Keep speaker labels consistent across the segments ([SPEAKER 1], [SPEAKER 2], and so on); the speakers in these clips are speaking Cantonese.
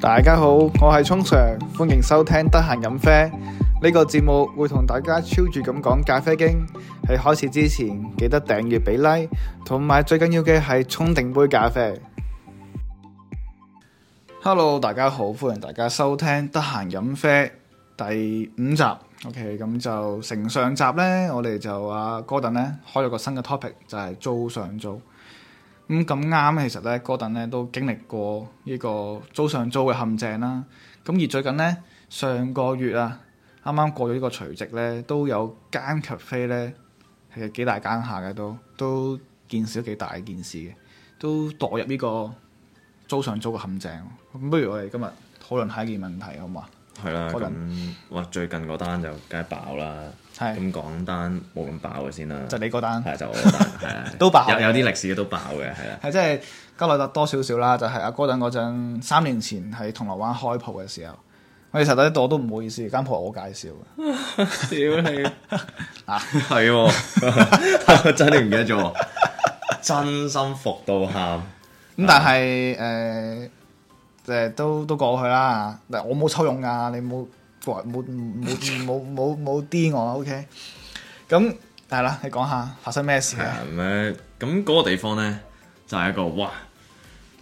[SPEAKER 1] 大家好，我係聰 Sir，歡迎收聽得閒飲啡呢個節目，會同大家超住咁講咖啡經。喺開始之前，記得訂閱俾 like，同埋最緊要嘅係沖定杯咖啡。Hello，大家好，歡迎大家收聽得閒飲啡第五集。OK，咁就承上集呢，我哋就阿 Gordon 呢開咗個新嘅 topic，就係租上租。咁咁啱，其實咧，戈登咧都經歷過呢個租上租嘅陷阱啦。咁而最近咧，上個月啊，啱啱過咗呢個除夕咧，都有間 cafe 咧係幾大間下嘅，都都件事都幾大件事嘅，都墮入呢個租上租嘅陷阱。咁不如我哋今日討論下一件問題好啊嘛？
[SPEAKER 2] 係啦，
[SPEAKER 1] 可能
[SPEAKER 2] 咁哇最近嗰單就梗係爆啦，
[SPEAKER 1] 係
[SPEAKER 2] 咁講單冇咁爆嘅先啦，
[SPEAKER 1] 就你嗰單
[SPEAKER 2] 係啊就我嗰單係啊
[SPEAKER 1] 都爆嘅
[SPEAKER 2] 有有啲歷史都爆嘅 係啦，啊
[SPEAKER 1] 係即係加內特多少少啦，就係阿哥等嗰陣三年前喺銅鑼灣開鋪嘅時候，我哋實底我都唔好意思，間鋪係我介紹嘅。
[SPEAKER 2] 屌你係喎， 真係唔記得咗喎，真心服到喊，
[SPEAKER 1] 咁但係誒，呃即係都都過去啦。嗱，我冇抽佣㗎，你冇冇冇冇冇冇冇啲我，OK？咁係啦，你講下發生咩事
[SPEAKER 2] 係
[SPEAKER 1] 啊？
[SPEAKER 2] 啊咁咧咁嗰個地方咧就係一個哇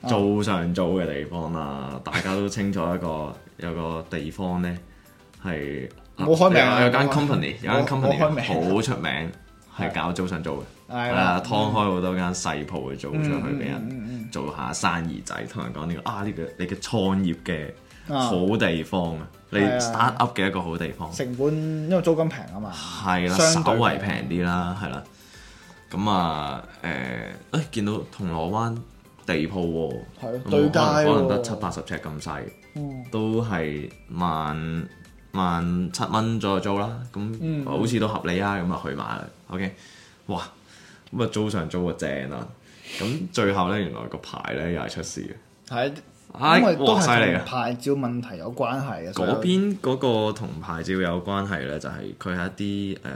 [SPEAKER 2] 租上租嘅地方啦，大家都清楚一個有個地方咧係
[SPEAKER 1] 冇開名啊
[SPEAKER 2] 有有間 company 有
[SPEAKER 1] 冇
[SPEAKER 2] 間
[SPEAKER 1] 冇開
[SPEAKER 2] company
[SPEAKER 1] 名
[SPEAKER 2] 好出名係搞租上租嘅。
[SPEAKER 1] 係
[SPEAKER 2] 係
[SPEAKER 1] 啦
[SPEAKER 2] 啊，，劏開好多間細鋪去做出去俾
[SPEAKER 1] 嗯
[SPEAKER 2] 人做下生意仔，同人講呢個啊呢個你嘅創業嘅
[SPEAKER 1] 啊
[SPEAKER 2] 好地方啊，你
[SPEAKER 1] 係啊
[SPEAKER 2] start up 嘅一個好地方，
[SPEAKER 1] 成本因為租金平啊嘛，
[SPEAKER 2] 係啦，
[SPEAKER 1] 相
[SPEAKER 2] 稍
[SPEAKER 1] 對
[SPEAKER 2] 為平啲啦，係啦。咁啊誒，誒見到銅鑼灣地鋪喎，
[SPEAKER 1] 係咯
[SPEAKER 2] 咁
[SPEAKER 1] 對街
[SPEAKER 2] 可能可能
[SPEAKER 1] 喎
[SPEAKER 2] 得七八十尺咁細
[SPEAKER 1] 嗯，
[SPEAKER 2] 都係萬萬七蚊左右租啦，
[SPEAKER 1] 嗯
[SPEAKER 2] 咁好似都合理啊，咁啊去買啦，OK，哇！咁啊租上租啊正啦，咁最後咧原來個牌咧又係出事
[SPEAKER 1] 係
[SPEAKER 2] 嘅，
[SPEAKER 1] 因為
[SPEAKER 2] 哇
[SPEAKER 1] 都
[SPEAKER 2] 犀利
[SPEAKER 1] 係
[SPEAKER 2] 啊
[SPEAKER 1] 同！牌照問題有關係啊嘅。所以
[SPEAKER 2] 嗰邊嗰個同牌照有關係咧，就係佢係一啲誒、呃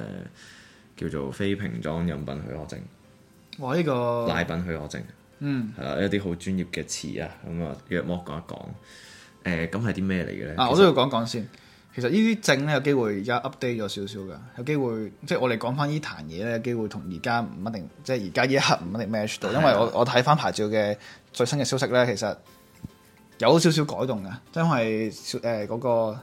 [SPEAKER 2] 叫做非瓶裝飲品許可證、
[SPEAKER 1] 哇呢個
[SPEAKER 2] 奶品許可證，
[SPEAKER 1] 哦嗯
[SPEAKER 2] 係啦，一啲好專業嘅詞啊，咁啊約莫講一講。誒咁係啲咩嚟嘅咧？
[SPEAKER 1] 啊，我都要講講先。其實呢啲證咧有機會而家 update 咗少少㗎，有機會即係我哋講翻呢壇嘢咧，有機會同而家唔一定，即係而家呢一刻唔一定 match 到，因
[SPEAKER 2] 啊
[SPEAKER 1] 為我我睇翻牌照嘅最新嘅消息咧，其實有少少改動㗎，因為誒嗰、個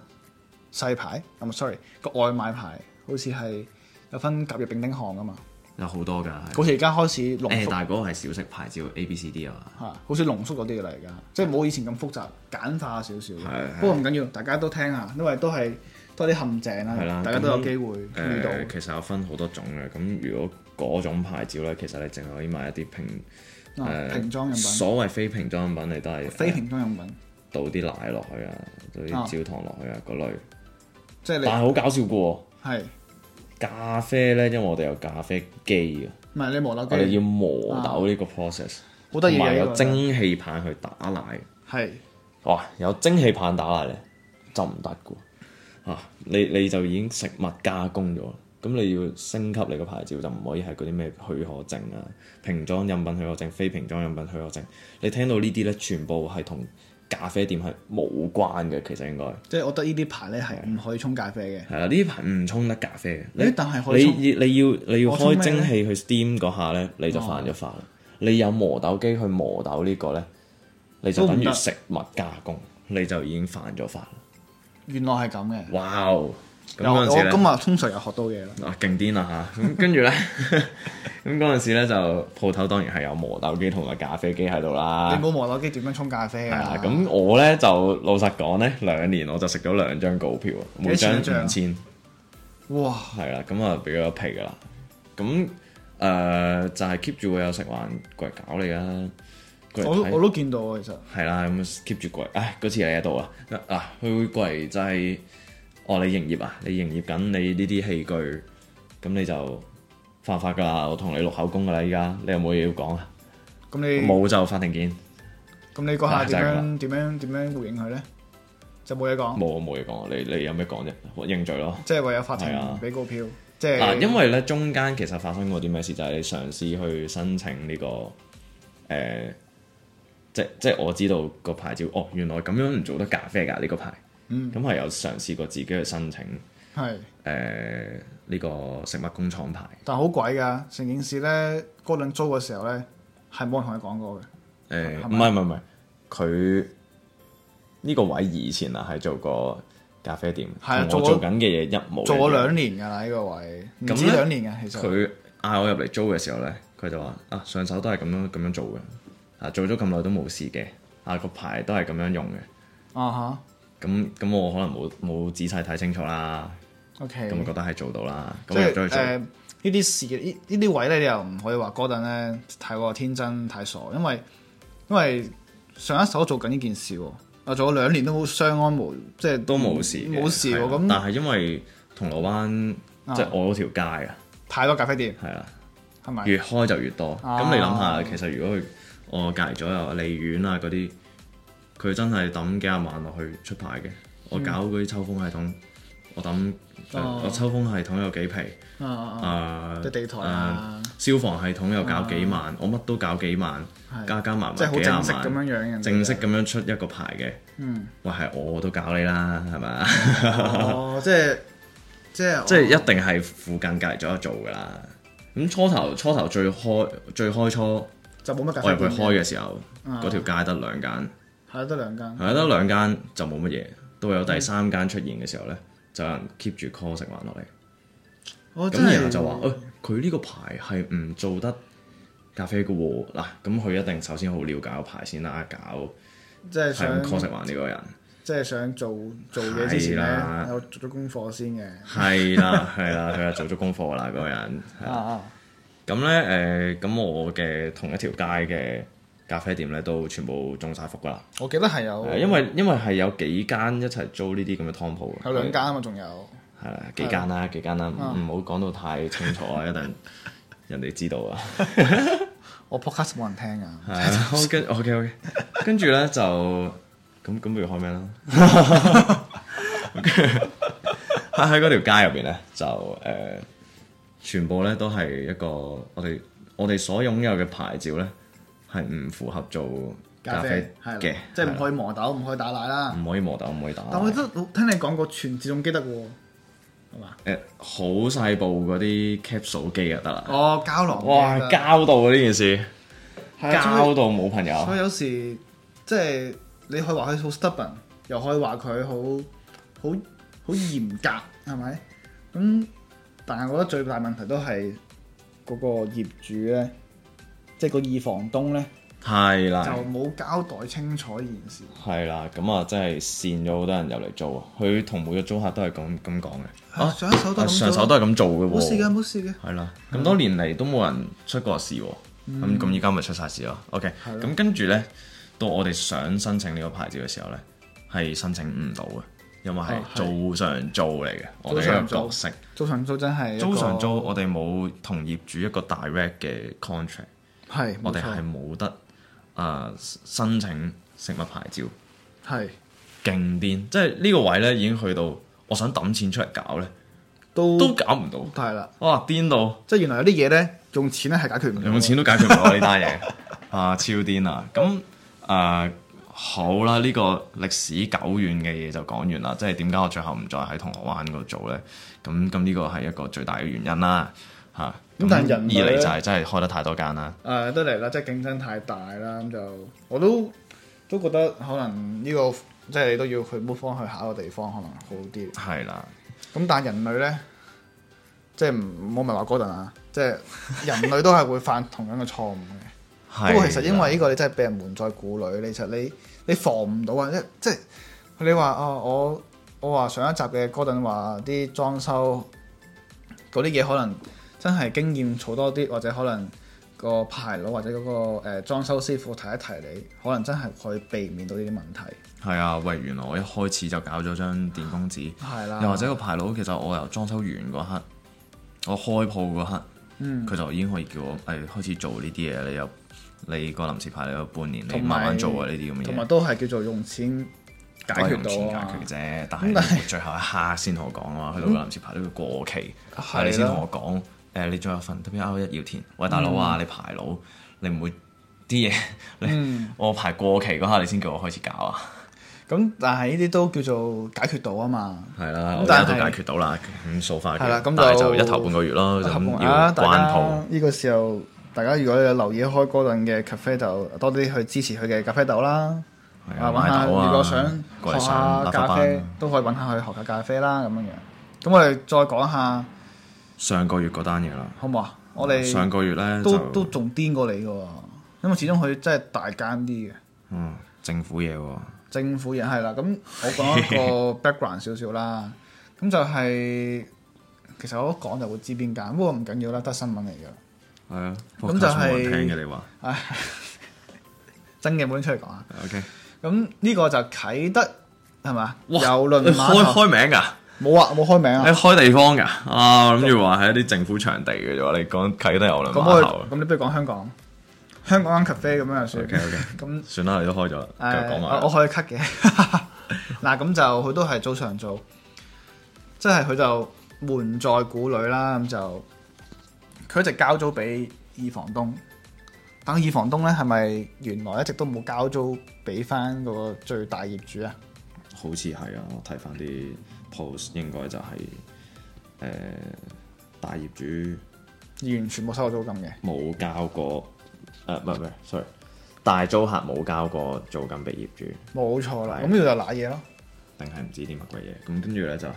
[SPEAKER 1] 細牌，唔係 sorry 個外賣牌，好似係有分甲乙丙丁項㗎嘛，
[SPEAKER 2] 有好多㗎，係
[SPEAKER 1] 好似而家開始
[SPEAKER 2] 誒、
[SPEAKER 1] 濃縮
[SPEAKER 2] 但係嗰個係小食牌照 A、B、C、D 啊嘛。
[SPEAKER 1] 嚇，好似濃縮嗰啲嘅啦，而家即係冇以前咁複雜，簡化少少
[SPEAKER 2] 係。
[SPEAKER 1] 不過唔緊要，大家都聽下，因為都係多啲陷阱
[SPEAKER 2] 係啦
[SPEAKER 1] 啦，大家都有
[SPEAKER 2] 咁
[SPEAKER 1] 機會
[SPEAKER 2] 誒、
[SPEAKER 1] 遇到。
[SPEAKER 2] 其實有分好多種嘅，咁如果嗰種牌照咧，其實你淨係可以買一啲瓶誒、
[SPEAKER 1] 啊瓶裝飲品，
[SPEAKER 2] 所謂非瓶裝飲品，你都係
[SPEAKER 1] 非
[SPEAKER 2] 誒
[SPEAKER 1] 瓶裝飲品，
[SPEAKER 2] 倒啲奶落去啊，倒
[SPEAKER 1] 啊
[SPEAKER 2] 啲焦糖落去啊嗰類。
[SPEAKER 1] 即係
[SPEAKER 2] 但係
[SPEAKER 1] 你
[SPEAKER 2] 好搞笑嘅喎，
[SPEAKER 1] 係
[SPEAKER 2] 咖啡咧，因為我哋有咖啡機啊，
[SPEAKER 1] 唔係你磨豆
[SPEAKER 2] 我哋
[SPEAKER 1] 機
[SPEAKER 2] 要磨豆呢個 process，
[SPEAKER 1] 嗯啊好得
[SPEAKER 2] 同
[SPEAKER 1] 意
[SPEAKER 2] 埋
[SPEAKER 1] 嘅呢
[SPEAKER 2] 有
[SPEAKER 1] 個
[SPEAKER 2] 蒸氣棒去打奶。
[SPEAKER 1] 係
[SPEAKER 2] 哇！有蒸氣棒打奶咧就唔得嘅喎啊！你你就已經食物加工咗啦，咁你要升級你個牌照就唔可以係嗰啲咩許可證啊、瓶裝飲品許可證、非瓶裝飲品許可證。你聽到呢啲咧，全部係同咖啡店係無關嘅，其實應該
[SPEAKER 1] 即係我覺得呢啲牌咧係唔可以沖咖啡嘅。
[SPEAKER 2] 係啦。呢啲牌唔沖得咖啡嘅，
[SPEAKER 1] 誒，但係可以
[SPEAKER 2] 你
[SPEAKER 1] 沖
[SPEAKER 2] 你你要你要
[SPEAKER 1] 我沖咩
[SPEAKER 2] 開蒸氣去 steam 嗰下咧，你就犯咗法啦。你有磨豆機去磨豆呢個咧，你就
[SPEAKER 1] 都唔
[SPEAKER 2] 等於
[SPEAKER 1] 得
[SPEAKER 2] 食物加工，你就已經犯咗法啦。
[SPEAKER 1] 原來係咁嘅。
[SPEAKER 2] 哇！哦，咁
[SPEAKER 1] 有我
[SPEAKER 2] 嗰陣時咧，
[SPEAKER 1] 今日通常又學到嘢啦。
[SPEAKER 2] 啊勁癲啦嚇！咁跟住咧， 咁嗰陣時咧就鋪頭當然係有磨豆機同埋咖啡機喺度
[SPEAKER 1] 你
[SPEAKER 2] 啦。
[SPEAKER 1] 冇磨豆機點樣沖咖啡
[SPEAKER 2] 啊係啊
[SPEAKER 1] 啊？，
[SPEAKER 2] 咁我咧就老實講咧，兩年我就食咗兩張告票，每
[SPEAKER 1] 幾錢
[SPEAKER 2] 張
[SPEAKER 1] 一張啊
[SPEAKER 2] 五千，
[SPEAKER 1] 哇！
[SPEAKER 2] 係啦，咁啊俾咗一皮噶啦。咁誒、就係 keep 住會有食環過嚟搞你啊，過嚟
[SPEAKER 1] 我都
[SPEAKER 2] 睇
[SPEAKER 1] 我都見到啊，其實
[SPEAKER 2] 係啦，咁 keep 住過嚟，唉，嗰次你喺度啊，嗱，佢會過嚟就係、哦，你營業啊，你營業緊你呢啲器具，咁你就犯法㗎啦，我同你錄口供㗎啦，依家你有冇嘢要講啊？
[SPEAKER 1] 咁你
[SPEAKER 2] 冇就法庭見，
[SPEAKER 1] 咁你嗰下
[SPEAKER 2] 啊就
[SPEAKER 1] 點
[SPEAKER 2] 係咁
[SPEAKER 1] 樣點樣點樣回應佢咧？就冇嘢講。
[SPEAKER 2] 冇冇嘢講，啊你你有咩講啫？認罪咯。
[SPEAKER 1] 即係唯有法
[SPEAKER 2] 係
[SPEAKER 1] 庭
[SPEAKER 2] 啊
[SPEAKER 1] 俾告票，即
[SPEAKER 2] 嗱，
[SPEAKER 1] 係
[SPEAKER 2] 因為咧中間其實發生過啲咩事，就係、你嘗試去申請呢、個誒、呃即即係我知道個牌照，哦，原來咁樣唔做得咖啡㗎呢、個牌，
[SPEAKER 1] 嗯
[SPEAKER 2] 咁係有嘗試過自己去申請誒呢、呃
[SPEAKER 1] 係，
[SPEAKER 2] 個食物工廠牌，
[SPEAKER 1] 但好鬼㗎，成件事咧，嗰陣租嘅時候咧係冇人同你講過嘅，係
[SPEAKER 2] 誒唔呃係唔係唔係，佢呢個位以前啊係做過咖啡店，
[SPEAKER 1] 係啊
[SPEAKER 2] 同我
[SPEAKER 1] 做咗
[SPEAKER 2] 做緊嘅嘢一模一樣
[SPEAKER 1] 做咗兩年㗎啦呢個位，唔
[SPEAKER 2] 咁
[SPEAKER 1] 止
[SPEAKER 2] 呢
[SPEAKER 1] 兩年嘅其實，
[SPEAKER 2] 佢嗌我入嚟租嘅時候咧，佢就話啊上手都係咁樣咁樣做嘅，啊做咗咁耐都冇事嘅，啊個牌都係咁樣用嘅，
[SPEAKER 1] 啊
[SPEAKER 2] 咁咁我可能冇冇仔細睇清楚啦，
[SPEAKER 1] 吓 o
[SPEAKER 2] 咁我
[SPEAKER 1] k
[SPEAKER 2] 覺得係做到啦，咁
[SPEAKER 1] 即
[SPEAKER 2] 我入
[SPEAKER 1] 係
[SPEAKER 2] 咗去
[SPEAKER 1] 誒
[SPEAKER 2] 做，
[SPEAKER 1] 呢啲事呢呢啲位咧，你又唔可以話嗰陣咧太過天真太傻，因為因為上一手做緊呢件事喎，我做咗兩年都好相安無，即係
[SPEAKER 2] 都冇事嘅
[SPEAKER 1] 冇事喎，
[SPEAKER 2] 係啊
[SPEAKER 1] 咁
[SPEAKER 2] 但係因為銅鑼灣即係我嗰條街啊，
[SPEAKER 1] 太多咖啡店
[SPEAKER 2] 係啦。啊
[SPEAKER 1] 係咪？
[SPEAKER 2] 越開就越多。咁、
[SPEAKER 1] 啊
[SPEAKER 2] 你諗下，其實如果佢我隔離左右利苑啊嗰啲，佢真係抌幾廿萬落去出牌嘅。我搞嗰啲抽風系統，我抌、
[SPEAKER 1] 嗯哦
[SPEAKER 2] 我抽風系統有幾皮，
[SPEAKER 1] 啊啊啊！
[SPEAKER 2] 啊、
[SPEAKER 1] 啲地台啊，
[SPEAKER 2] 消防系統又搞幾萬，我乜都搞幾萬，
[SPEAKER 1] 係
[SPEAKER 2] 加加埋埋
[SPEAKER 1] 即係好
[SPEAKER 2] 幾
[SPEAKER 1] 正
[SPEAKER 2] 廿
[SPEAKER 1] 式咁
[SPEAKER 2] 萬，
[SPEAKER 1] 樣樣嘅。
[SPEAKER 2] 正式咁樣出一個牌嘅。
[SPEAKER 1] 嗯，
[SPEAKER 2] 喂，係我都搞你啦，係咪？啊
[SPEAKER 1] 哦，即係即係哦
[SPEAKER 2] 即係一定係附近隔離左右做㗎啦。咁初頭初頭最開最開初。
[SPEAKER 1] 就冇乜咖
[SPEAKER 2] 我
[SPEAKER 1] 啡
[SPEAKER 2] 入去
[SPEAKER 1] 店啊
[SPEAKER 2] 開嘅時候，嗰條街得兩間，
[SPEAKER 1] 係得兩間。
[SPEAKER 2] 係得兩間就冇乜嘢。到有第三間出現嘅時候咧，就有人 keep 住 call 食環落嚟，
[SPEAKER 1] 我哦真
[SPEAKER 2] 咁然後
[SPEAKER 1] 係
[SPEAKER 2] 就話：，誒佢呢個牌係唔做得咖啡嘅喎。嗱，咁佢一定首先好了解個牌先啦，搞
[SPEAKER 1] 即係
[SPEAKER 2] 係咁
[SPEAKER 1] 想
[SPEAKER 2] call 食環呢個人，
[SPEAKER 1] 即係想做做嘢之前
[SPEAKER 2] 係啦
[SPEAKER 1] 咧，有做咗功課先嘅。
[SPEAKER 2] 係啦係啦，佢就做咗功課啦嗰個人。
[SPEAKER 1] 啊
[SPEAKER 2] 係啦
[SPEAKER 1] 啊，
[SPEAKER 2] 咁咧誒，咁我嘅同一條街嘅咖啡店咧都全部中晒伏㗎啦，
[SPEAKER 1] 我記得係有
[SPEAKER 2] 係因為因為係有幾間一齊租呢啲咁嘅湯鋪嘅
[SPEAKER 1] 有兩間啊嘛，仲有
[SPEAKER 2] 係啦，幾間啦，幾間啦，唔
[SPEAKER 1] 啊
[SPEAKER 2] 唔好講到太清楚啊，一陣人哋知道啊。
[SPEAKER 1] 我 podcast 冇人聽啊。
[SPEAKER 2] 係啊， 好跟 OK OK，跟住咧就咁咁，不如開咩啦？ 喺喺嗰條街入邊咧，就誒、呃全部咧都係一個我哋我哋所擁有嘅牌照咧，係唔符合做咖啡
[SPEAKER 1] 係啦
[SPEAKER 2] 嘅，嗯
[SPEAKER 1] 即係唔
[SPEAKER 2] 係啦
[SPEAKER 1] 可以磨豆，唔可以打奶啦。
[SPEAKER 2] 唔可以磨豆，唔可以打奶。
[SPEAKER 1] 但我記得我聽你講過全自動機得喎，係嘛？
[SPEAKER 2] 誒好細部嗰啲 capsule 機就得啦。
[SPEAKER 1] 哦，膠囊嘅
[SPEAKER 2] 哇！
[SPEAKER 1] 得
[SPEAKER 2] 交到啊呢件事。
[SPEAKER 1] 係啊
[SPEAKER 2] 交到冇朋友
[SPEAKER 1] 所，以有時即係你可以話佢好 stubborn，又可以話佢好好好嚴格，係咪？咁但係我覺得最大問題都係嗰個業主咧，即係個二房東咧，
[SPEAKER 2] 係
[SPEAKER 1] 就
[SPEAKER 2] 啦，
[SPEAKER 1] 冇交代清楚呢件事。
[SPEAKER 2] 係啦，咁啊真係善咗好多人入嚟租啊！佢同每個租客都係咁咁講嘅，
[SPEAKER 1] 啊上一手都
[SPEAKER 2] 啊
[SPEAKER 1] 係咁
[SPEAKER 2] 上手都係咁做嘅
[SPEAKER 1] 冇事啊嘅，
[SPEAKER 2] 喎，
[SPEAKER 1] 冇事嘅。
[SPEAKER 2] 係啦，咁多年嚟都冇人出過事喎，咁咁依家咪出晒事咯。OK，
[SPEAKER 1] 嗯係咯
[SPEAKER 2] 咁跟住呢，到我哋想申請呢個牌照嘅時候呢，係申請唔到嘅，因為係
[SPEAKER 1] 啊係
[SPEAKER 2] 租上租嚟嘅，我哋
[SPEAKER 1] 租上
[SPEAKER 2] 嘅
[SPEAKER 1] 租
[SPEAKER 2] 角色
[SPEAKER 1] 租上租真係一個
[SPEAKER 2] 租上租，我哋冇同業主一個 direct 嘅 contract。
[SPEAKER 1] 係，
[SPEAKER 2] 我
[SPEAKER 1] 冇
[SPEAKER 2] 哋
[SPEAKER 1] 錯
[SPEAKER 2] 係冇得啊、申請食物牌照，
[SPEAKER 1] 係
[SPEAKER 2] 勁癲！即係呢個位咧已經去到，我想抌錢出嚟搞咧，
[SPEAKER 1] 都
[SPEAKER 2] 都搞唔到，
[SPEAKER 1] 係啦，
[SPEAKER 2] 哇！癲到
[SPEAKER 1] 即係原來有啲嘢咧用錢咧係解決唔到嘅。
[SPEAKER 2] 用錢都解決唔到呢單嘢 啊，超癲啊！咁啊、好啦，呢、個歷史久遠嘅嘢就講完啦。即係點解我最後唔再喺銅鑼灣嗰度做咧？咁咁呢個係一個最大嘅原因啦，嚇、
[SPEAKER 1] 咁但係人類
[SPEAKER 2] 二嚟
[SPEAKER 1] 呢
[SPEAKER 2] 就係真係開得太多間啦，
[SPEAKER 1] 誒、啊都嚟啦，即係競爭太大啦，咁就我都都覺得可能呢、個即係你都要去 move 方去下一個地方，可能好啲。
[SPEAKER 2] 係啦，
[SPEAKER 1] 咁但係人類咧，即係唔我咪話 Gordon 啊，即係人類都係會犯同樣嘅錯誤嘅。不過其實
[SPEAKER 2] 係
[SPEAKER 1] 因
[SPEAKER 2] 啦
[SPEAKER 1] 為呢個你真係俾人瞞在鼓裏，你其實你你防唔到啊！即即係你話哦，我我話上一集嘅 Gordon 話啲裝修嗰啲嘢可能真係經驗儲多啲，或者可能個牌佬或者嗰、個誒、呃、裝修師傅提一提你，可能真係可以避免到呢啲問題。
[SPEAKER 2] 係啊，喂，原來我一開始就搞咗張電工紙，
[SPEAKER 1] 係啦，
[SPEAKER 2] 又或者個牌佬其實我由裝修完嗰刻，我開鋪嗰刻，
[SPEAKER 1] 嗯
[SPEAKER 2] 佢就已經可以叫我誒、哎、開始做呢啲嘢，你有你個臨時牌你有半年，你
[SPEAKER 1] 同埋
[SPEAKER 2] 慢慢做啊呢啲咁嘅
[SPEAKER 1] 同埋
[SPEAKER 2] 嘢，
[SPEAKER 1] 都係叫做用錢解
[SPEAKER 2] 我係
[SPEAKER 1] 決
[SPEAKER 2] 用錢
[SPEAKER 1] 到啊
[SPEAKER 2] 解
[SPEAKER 1] 嘛
[SPEAKER 2] 決。啫，但
[SPEAKER 1] 咁但
[SPEAKER 2] 係最後一刻先同我講啊嘛，去到個臨時牌都要過期，
[SPEAKER 1] 係
[SPEAKER 2] 啊你先
[SPEAKER 1] 啦
[SPEAKER 2] 同我講誒、你仲有份 W R 一要填，喂大佬啊，你牌佬你唔會
[SPEAKER 3] 啲嘢，你、
[SPEAKER 1] 嗯
[SPEAKER 3] 我牌過期嗰下，你先叫我開始搞啊。
[SPEAKER 1] 咁但係呢啲都叫做解決到啊嘛。
[SPEAKER 3] 係啦，我而家
[SPEAKER 1] 但係
[SPEAKER 3] 都解決到啦，咁數快嘅。
[SPEAKER 1] 係啦咁
[SPEAKER 3] 但係
[SPEAKER 1] 就
[SPEAKER 3] 就一頭半個月咯，
[SPEAKER 1] 合
[SPEAKER 3] 咁
[SPEAKER 1] 共
[SPEAKER 3] 要
[SPEAKER 1] 啊，大
[SPEAKER 3] 關
[SPEAKER 1] 家
[SPEAKER 3] 鋪。
[SPEAKER 1] 呢個時候，大家如果有留意開哥頓嘅咖啡豆，多啲去支持佢嘅咖啡豆啦。
[SPEAKER 3] 係
[SPEAKER 1] 啊，
[SPEAKER 3] 啊
[SPEAKER 1] 揾下
[SPEAKER 3] 買豆啊
[SPEAKER 1] 如果想
[SPEAKER 3] 過
[SPEAKER 1] 學
[SPEAKER 3] 嚟上
[SPEAKER 1] 下
[SPEAKER 3] 立
[SPEAKER 1] 咖
[SPEAKER 3] 法
[SPEAKER 1] 啡
[SPEAKER 3] 班，
[SPEAKER 1] 都可以揾下去學下咖啡啦，咁樣樣。咁我哋再講下
[SPEAKER 3] 上個月嗰單嘢啦，
[SPEAKER 1] 好唔好啊？我哋
[SPEAKER 3] 上個月咧就
[SPEAKER 1] 都都仲癲過你嘅喎，因為始終佢真係大間啲嘅
[SPEAKER 3] 嗯政府嘢喎，
[SPEAKER 1] 政府嘢係啦。咁我講一 個 background 少少啦，咁就係、其實我一講就會知邊間，不過唔緊要啦，都係新聞嚟嘅。
[SPEAKER 3] 係啊，
[SPEAKER 1] 咁就
[SPEAKER 3] podcast 冇人
[SPEAKER 1] 係
[SPEAKER 3] 聽嘅你話
[SPEAKER 1] 唉真嘅冇拎出嚟講啊！
[SPEAKER 3] ，OK，
[SPEAKER 1] 咁呢個就啟德係嘛？
[SPEAKER 3] 哇
[SPEAKER 1] 郵輪
[SPEAKER 3] 你
[SPEAKER 1] 碼
[SPEAKER 3] 開
[SPEAKER 1] 頭
[SPEAKER 3] 開名㗎，
[SPEAKER 1] 冇啊，冇開名
[SPEAKER 3] 你
[SPEAKER 1] 啊。
[SPEAKER 3] 開地方㗎，啊，我諗住話係一啲政府場地嘅啫，你講啟德郵輪
[SPEAKER 1] 咁我
[SPEAKER 3] 碼
[SPEAKER 1] 哋
[SPEAKER 3] 頭
[SPEAKER 1] 咁你不如講香港，香港間 cafe 咁樣就算。
[SPEAKER 3] ，OK OK，
[SPEAKER 1] 咁
[SPEAKER 3] 算啦，你都開咗啦，繼續
[SPEAKER 1] 誒，
[SPEAKER 3] 講
[SPEAKER 1] 我
[SPEAKER 3] 埋，
[SPEAKER 1] 我可以 cut 嘅。 嗱，咁就佢都係早上做，即係佢就門在鼓裏啦。咁就佢一直交租俾二房東，但係二房東咧係咪原來一直都冇交租俾翻嗰個最大業主啊？
[SPEAKER 2] 好似係啊，我睇翻啲 post 應該就係、誒、大業主
[SPEAKER 1] 完全冇收過租金嘅。
[SPEAKER 2] 冇交過呃誒，唔係唔係，sorry，大租客冇交過租金俾業主，
[SPEAKER 1] 冇錯啦，
[SPEAKER 2] 係
[SPEAKER 1] 咁呢度就揦嘢咯。
[SPEAKER 2] 定係唔知啲乜鬼嘢。咁跟住咧就係、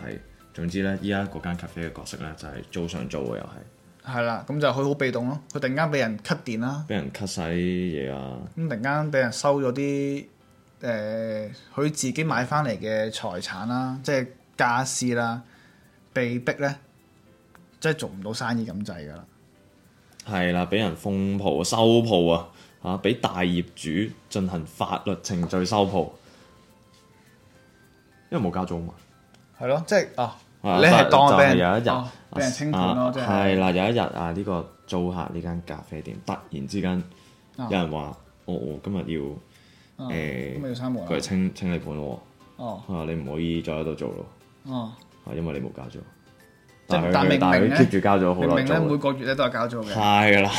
[SPEAKER 2] 總之咧，依家嗰間 cafe 嘅角色咧就係、租上租嘅又係，
[SPEAKER 1] 係啦，咁就佢好被動咯。佢突然間俾人 cut 電啦，
[SPEAKER 2] 俾人 cut 晒啲嘢啊，
[SPEAKER 1] 咁突然間俾人收咗啲誒佢自己買翻嚟嘅財產啦，即係家私啦，被逼咧即係做唔到生意咁滯噶啦。
[SPEAKER 2] 係啦，俾人封鋪收鋪啊，嚇俾大業主進行法律程序收鋪，因為冇交租嘛。
[SPEAKER 1] 係咯，即係哦，
[SPEAKER 2] 啊
[SPEAKER 1] 你係
[SPEAKER 2] 但
[SPEAKER 1] 當
[SPEAKER 2] 就
[SPEAKER 1] 佢俾
[SPEAKER 2] 係
[SPEAKER 1] 人
[SPEAKER 2] 有一日啊
[SPEAKER 1] 哦俾人清盤咯，即
[SPEAKER 2] 係。
[SPEAKER 1] 係
[SPEAKER 2] 係啦，有一日啊，呢個租客呢間咖啡店突然之間
[SPEAKER 1] 啊
[SPEAKER 2] 有人話：我我今日
[SPEAKER 1] 哦
[SPEAKER 2] 誒
[SPEAKER 1] 咁咪要閂
[SPEAKER 2] 要
[SPEAKER 1] 門
[SPEAKER 2] 佢係
[SPEAKER 1] 啦。
[SPEAKER 2] 清清理盤喎，
[SPEAKER 1] 哦
[SPEAKER 2] 啊你唔可以再喺度做咯，
[SPEAKER 1] 哦，
[SPEAKER 2] 啊因為你冇交租。
[SPEAKER 1] 即係
[SPEAKER 2] 係佢
[SPEAKER 1] 但明
[SPEAKER 2] 但
[SPEAKER 1] 明
[SPEAKER 2] 係
[SPEAKER 1] 咧
[SPEAKER 2] 佢 keep 住交咗好
[SPEAKER 1] 明明
[SPEAKER 2] 耐
[SPEAKER 1] 咧啊每
[SPEAKER 2] 租。啊
[SPEAKER 1] 個月咧都係交租嘅。
[SPEAKER 2] 係啦，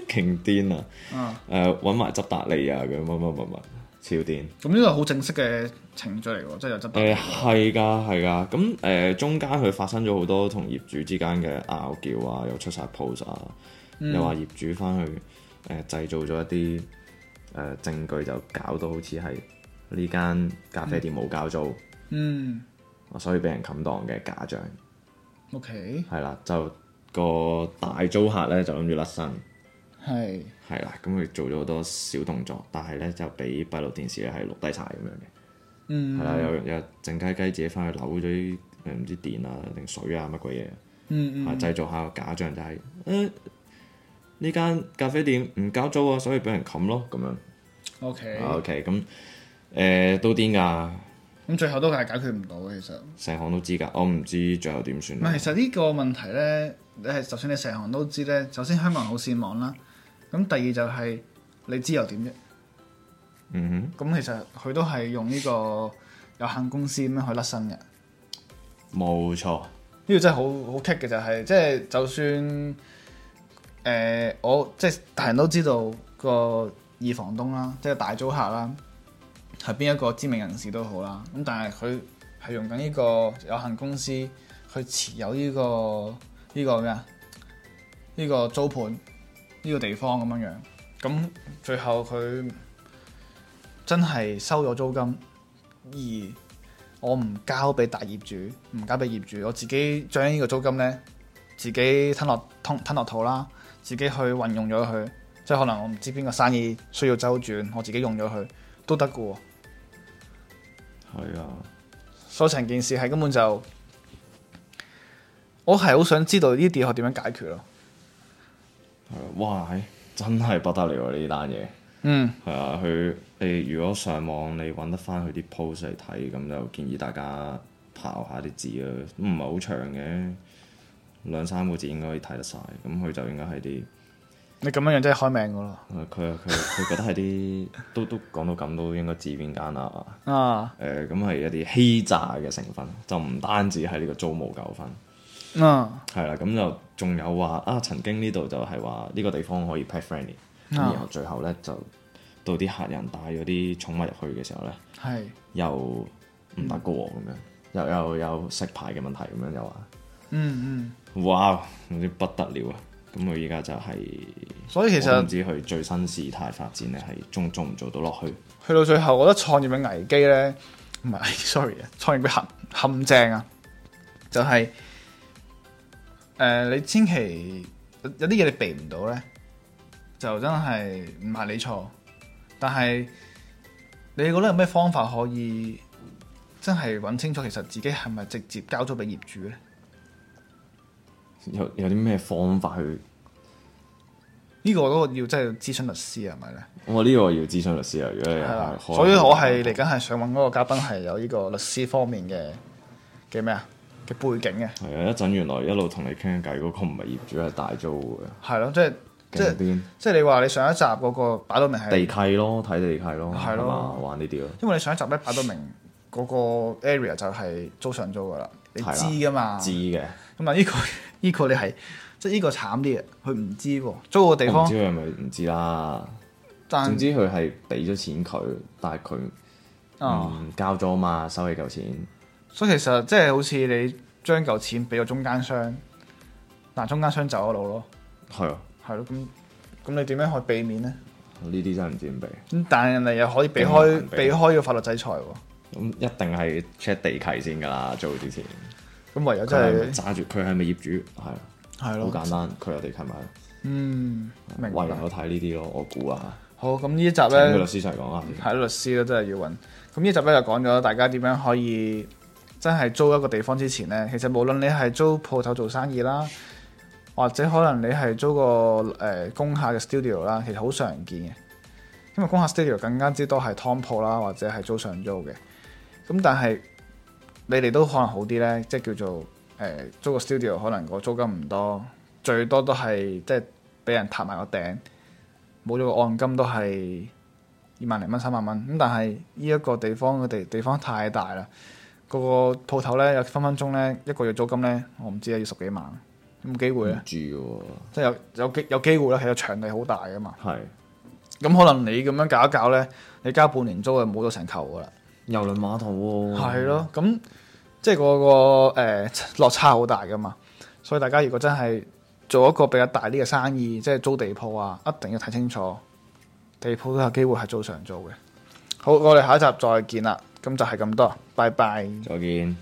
[SPEAKER 2] 勁癲啊！
[SPEAKER 1] 嗯，
[SPEAKER 2] 誒揾埋執達利啊，咁乜乜乜乜，超癲！
[SPEAKER 1] 咁呢個好正式嘅程序嚟喎，即係有執
[SPEAKER 2] 誒
[SPEAKER 1] 得。
[SPEAKER 2] 呃係㗎係㗎，咁誒、呃中間佢發生咗好多同業主之間嘅拗撬啊，又出晒 post 啊，又話業主翻去誒、呃製造咗一啲誒、證據，就搞到好似係呢間咖啡店冇交租，
[SPEAKER 1] 嗯
[SPEAKER 2] 所以俾人冚檔嘅假象，
[SPEAKER 1] ，OK，
[SPEAKER 2] 係啦，就個大租客咧就諗住甩身，
[SPEAKER 1] 係。
[SPEAKER 2] 係啦，咁佢做咗好多小動作，但係咧就俾閉路電視咧係錄低晒咁樣嘅。
[SPEAKER 1] 嗯
[SPEAKER 2] 係啦，有有靜雞雞自己翻去扭咗啲誒唔知電啊定水啊乜鬼嘢，
[SPEAKER 1] 嗯
[SPEAKER 2] 係製造下個假象就係誒呢間咖啡店唔交租啊，所以俾人冚咯咁樣。
[SPEAKER 1] ，OK，
[SPEAKER 2] 啊 OK，咁誒都癲㗎，
[SPEAKER 1] 咁最後都係解決唔到嘅，其實。
[SPEAKER 2] 成行都知㗎，我唔知最後點算
[SPEAKER 1] 唔。係，其實呢個問題咧，你係就算你成行都知咧，首先香港人好善忘啦，咁第二就係你知又點啫？
[SPEAKER 2] 嗯
[SPEAKER 1] 咁其實佢都係用呢個有限公司咁樣去甩身嘅。
[SPEAKER 2] 哼，冇錯，
[SPEAKER 1] 呢個真係好好棘嘅就係、即係就算誒、呃我即係大人都知道個二房東啦，即係大租客啦，係邊一個知名人士都好啦。咁但係佢係用緊呢個有限公司去持有呢、個呢、個咩啊？呢、個租盤呢、個地方咁樣樣。咁最後佢真係收咗租金，而我唔交俾大業主，唔交俾業主，我自己將呢個租金呢，自己吞落吞吞落肚啦，自己去運用咗佢，即係可能我唔知邊個生意需要周轉，我自己用咗佢都得嘅喎。
[SPEAKER 2] 係啊，
[SPEAKER 1] 所以成件事係根本就，我係好想知道呢啲我點樣解決咯。
[SPEAKER 2] 係啊，哇，係真係不得了啊呢單嘢。
[SPEAKER 1] 嗯，
[SPEAKER 2] 係啊，佢你如果上網你揾得翻佢啲 post 嚟睇，咁就建議大家刨下啲字啦，唔係好長嘅，兩三個字應該可以睇得晒。咁佢就應該係啲，
[SPEAKER 1] 你咁樣樣真係開命嘅咯。
[SPEAKER 2] 誒佢佢佢覺得係啲都都講到咁都應該知邊間啦。
[SPEAKER 1] 啊
[SPEAKER 2] 誒咁係一啲欺詐嘅成分，就唔單止係呢個租務糾紛。
[SPEAKER 1] 嗯
[SPEAKER 2] 係啦，咁就仲有話啊，曾經呢度就係話呢個地方可以 pet friendly，咁
[SPEAKER 1] 啊
[SPEAKER 2] 然後最後咧就到啲客人帶咗啲寵物入去嘅時候咧，
[SPEAKER 1] 係
[SPEAKER 2] 又唔得個喎咁樣，又又有食牌嘅問題咁樣又話，
[SPEAKER 1] 嗯
[SPEAKER 2] 哇，總之不得了啊！咁佢依家就係、
[SPEAKER 1] 嗯，所以其
[SPEAKER 2] 我唔
[SPEAKER 1] 實
[SPEAKER 2] 知佢最新事態發展咧係仲做唔做到落去。
[SPEAKER 1] 去到最後，我覺得創業嘅危機咧，唔係 sorry 啊，創業嘅陷陷阱啊，就係、呃你千祈有有啲嘢你避唔到咧，就真係唔係你錯，但係你覺得有咩方法可以真係揾清楚，其實自己係咪直接交咗俾業主咧？
[SPEAKER 2] 有有啲咩方法去？
[SPEAKER 1] 呢、個都要真係諮詢律師啊係咪咧？
[SPEAKER 2] 我呢個要諮詢律師啊！如果你
[SPEAKER 1] 係啦，
[SPEAKER 2] 係開
[SPEAKER 1] 所以我係嚟緊係想揾嗰個嘉賓係有呢個律師方面嘅嘅咩啊嘅背景嘅，
[SPEAKER 2] 係啊，一陣原來一路同你傾緊偈嗰個唔係業主係大租
[SPEAKER 1] 係咯，即係
[SPEAKER 2] 嘅，
[SPEAKER 1] 即
[SPEAKER 2] 勁
[SPEAKER 1] 係
[SPEAKER 2] 邊
[SPEAKER 1] 即係你話你上一集嗰個擺到明
[SPEAKER 2] 地
[SPEAKER 1] 係，
[SPEAKER 2] 契咯，睇地契咯，
[SPEAKER 1] 係
[SPEAKER 2] 係
[SPEAKER 1] 咯
[SPEAKER 2] 嘛，玩呢啲咯。
[SPEAKER 1] 因為你上一集咧擺到明嗰個 area 就係租上租噶啦，你
[SPEAKER 2] 係啦啊
[SPEAKER 1] 知噶嘛？
[SPEAKER 2] 知嘅，
[SPEAKER 1] 咁啊呢個 呢個你係即係呢個慘啲嘅，佢唔知喎，租個地
[SPEAKER 2] 我唔
[SPEAKER 1] 方
[SPEAKER 2] 知，佢係咪唔知啦。
[SPEAKER 1] 但
[SPEAKER 2] 總之佢係俾咗錢佢，但係佢
[SPEAKER 1] 啊，
[SPEAKER 2] 唔交咗嘛，收起嚿錢。
[SPEAKER 1] 所以其實即係好似你將嚿錢俾個中間商，但中間商走咗路咯，
[SPEAKER 2] 係啊，
[SPEAKER 1] 係咯，咁咁你點樣可以避免咧？
[SPEAKER 2] 呢啲真係唔知點俾。
[SPEAKER 1] 咁但係人哋又可以避
[SPEAKER 2] 咁
[SPEAKER 1] 開
[SPEAKER 2] 難避
[SPEAKER 1] 避開個法律制裁喎，
[SPEAKER 2] 咁一定係 check 地契先㗎啦，做之前。
[SPEAKER 1] 咁唯有
[SPEAKER 2] 佢係咪
[SPEAKER 1] 真係
[SPEAKER 2] 揸住佢係咪業主？係啊，
[SPEAKER 1] 係
[SPEAKER 2] 好
[SPEAKER 1] 咯，
[SPEAKER 2] 簡單，佢有地契咪係咯。
[SPEAKER 1] 嗯，明
[SPEAKER 2] 唯
[SPEAKER 1] 白。
[SPEAKER 2] 有睇呢啲咯，我估啊。
[SPEAKER 1] 好，咁呢一集
[SPEAKER 2] 聽個律
[SPEAKER 1] 咧
[SPEAKER 2] 師上嚟講啊，
[SPEAKER 1] 係律師咧真係要揾。咁呢一集咧就講咗大家點樣可以真係租一個地方之前咧，其實無論你係租鋪頭做生意啦，或者可能你係租個誒、呃工廈嘅 studio 啦，其實好常見嘅。因為工廈 studio 更加之多係湯鋪啦，或者係租上租嘅。咁但係你哋都可能好啲咧，即係叫做誒、呃租個 studio，可能個租金唔多，最多都係即係俾人踏埋個頂，冇咗個按金都係二萬零蚊、三萬蚊。咁但係呢一個地方嘅地地方太大啦，個個鋪頭咧有分分鐘咧一個月租金咧，我唔知啊要十幾萬，有冇機會啊
[SPEAKER 2] 唔
[SPEAKER 1] 咧？
[SPEAKER 2] 知喎，
[SPEAKER 1] 即係有有機有機會啦，其實場地好大噶嘛。
[SPEAKER 2] 係
[SPEAKER 1] 咁可能你咁樣搞一搞咧，你交半年租就冇咗成球噶啦。
[SPEAKER 2] 遊輪碼頭喎，
[SPEAKER 1] 係咯，咁即係嗰個、呃、落差好大噶嘛，所以大家如果真係做一個比較大啲嘅生意，即係租地鋪啊，一定要睇清楚，地鋪都有機會係租常租嘅。好，我哋下一集再見啦，咁就係咁多，拜拜。
[SPEAKER 2] 再見。